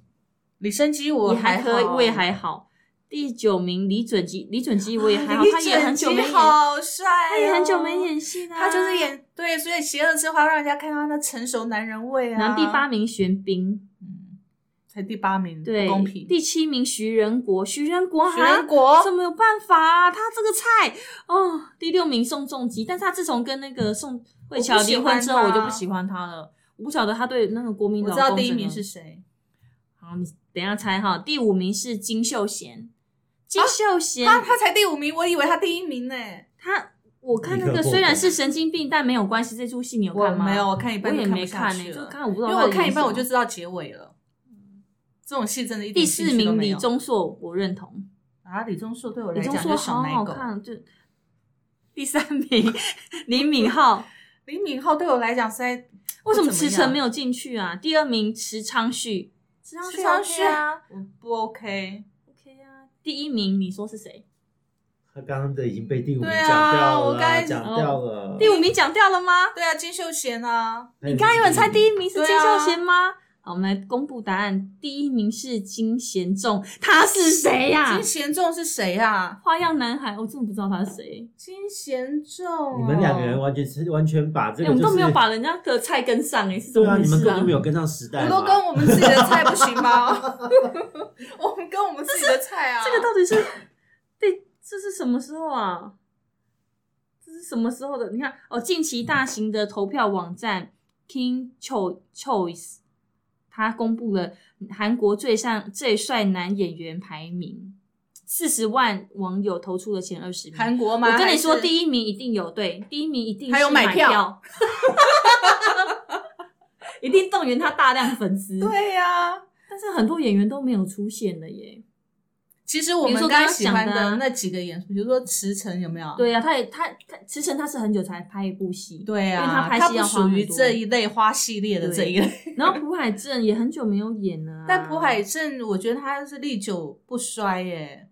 李生基我也还可以，好我 也还好。第九名李准基，李准基我也还好，啊李他也很久准没基演，好帅哦，他也很久没演啊戏啦。他就是演对，所以《邪恶之花》让人家看到他那成熟男人味啊。然后第八，名玄彬，嗯，才第八名，对，不公平。第七名徐仁国，徐仁国徐哈仁，国怎么有办法啊？他这个菜哦。第六名宋仲基，但是他自从跟那个宋慧乔离婚之后，我不喜欢他我就不喜欢他了。我不晓得他对那个国民我老知公啊道第一整个名是谁，好，你等一下猜哈。第五名是金秀贤，金秀贤、啊他他才第五名，我以为他第一名呢。他我看那你个看过虽然是神经病，但没有关系。这出戏你有我看吗？没有，，我看一我半也就没不下看去呢，就了，看我不知因道为他我在看一演半什我就么知道结尾了。这种戏真的一点第兴四趣都名没李有钟硕，我认同。啊，李钟硕对我李来钟讲硕就是小好奶好狗。看，哦就第三名李敏镐，李敏镐对我来讲实在 为什么池诚没有？有进去啊？第二名池昌旭，池昌池昌旭旭 OK 啊我不 OK。 ，OK 啊。第一名你说是谁？他刚刚的已经被第五名对啊讲掉我了刚才啊，讲掉了。哦嗯第五名讲掉了吗？对啊，金秀贤啊，还有你刚刚有人猜第一名是对金啊秀贤吗？好，我们来公布答案。第一名是金贤重，他是谁呀、金贤重是谁啊？花样男孩，我真的不知道他是谁。金贤重哦，你们两个人完全是完全把这哎、个我们就是都没有把人家的菜跟上、哎，是怎对么啊，回你们事啊？根本就没有跟上时代我嘛。们都跟我们自己的菜不行 吗？我们跟我们自己的菜啊，这个到底是对，这是什么时候啊？这是什么时候的？你看哦，近期大型的投票网站 King Cho Choice，它公布了韩国最上最帅男演员排名，四十万网友投出了前二十名。韩国吗？我跟你说，一第一名一定有，对，第一名一定是还有买买票 一定动员他大量粉丝。，对呀、但是很多演员都没有出现了耶。其实我比如们说刚该刚喜讲的啊欢的那几个演出，比如说池诚有没有？对呀、他也他他，池诚他是很久才拍一部戏，对因为他啊，拍戏不要花属于很多这一类花系列的这一类，然后朴海镇也很久没有演了啊、但朴海镇我觉得他是历久不衰耶。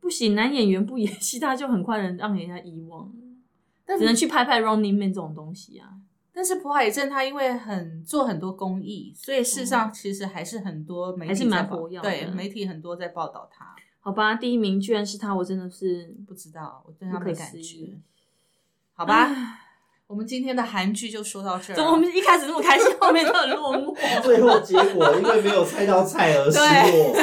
不行，男演员不演戏，他就很快能让人家遗忘，但只能去拍拍 Running Man 这种东西啊。但是朴海镇他因为很做很多公益，所以事实上其实还是很多媒体哦还是蛮在报活跃的对媒体很多在报道他。好吧，第一名居然是他，我真的是不知道，我对他不可没感思觉议。好吧，我们今天的韩剧就说到这儿怎么我了。们一开始那么开心，后面就很落寞。 最后结果因为没有猜到菜而失落。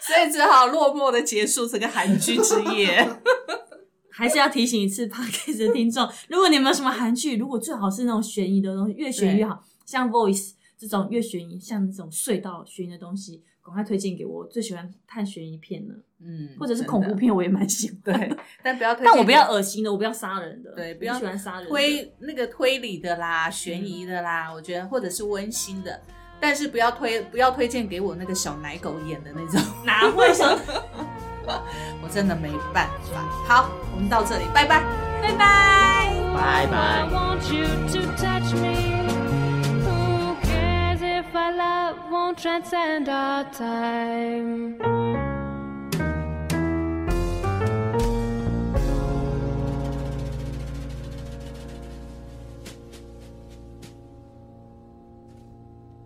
所以只好落寞的结束这个韩剧之夜。 还是要提醒一次 podcast 的听众，如果你们有什么韩剧，如果最好是那种悬疑的东西，越悬越好，像 Voice 这种越悬疑，像那种隧道悬疑的东西，赶快推荐给我。我最喜欢看悬疑片了，嗯，或者是真的恐怖。片，我也蛮喜欢。对，但不要推荐给， 但我不要恶心的，我不要杀人的，对我不要喜欢杀人的。嗯推那个推理的啦、悬疑的啦，我觉得或者是温馨的，但是不要推不要推荐给我那个小奶狗演的那种，哪会想？ 我真的没办法。好，我们到这里，拜拜。拜拜。拜 I 拜。 want you to touch me. Who cares if our love won't transcend our time?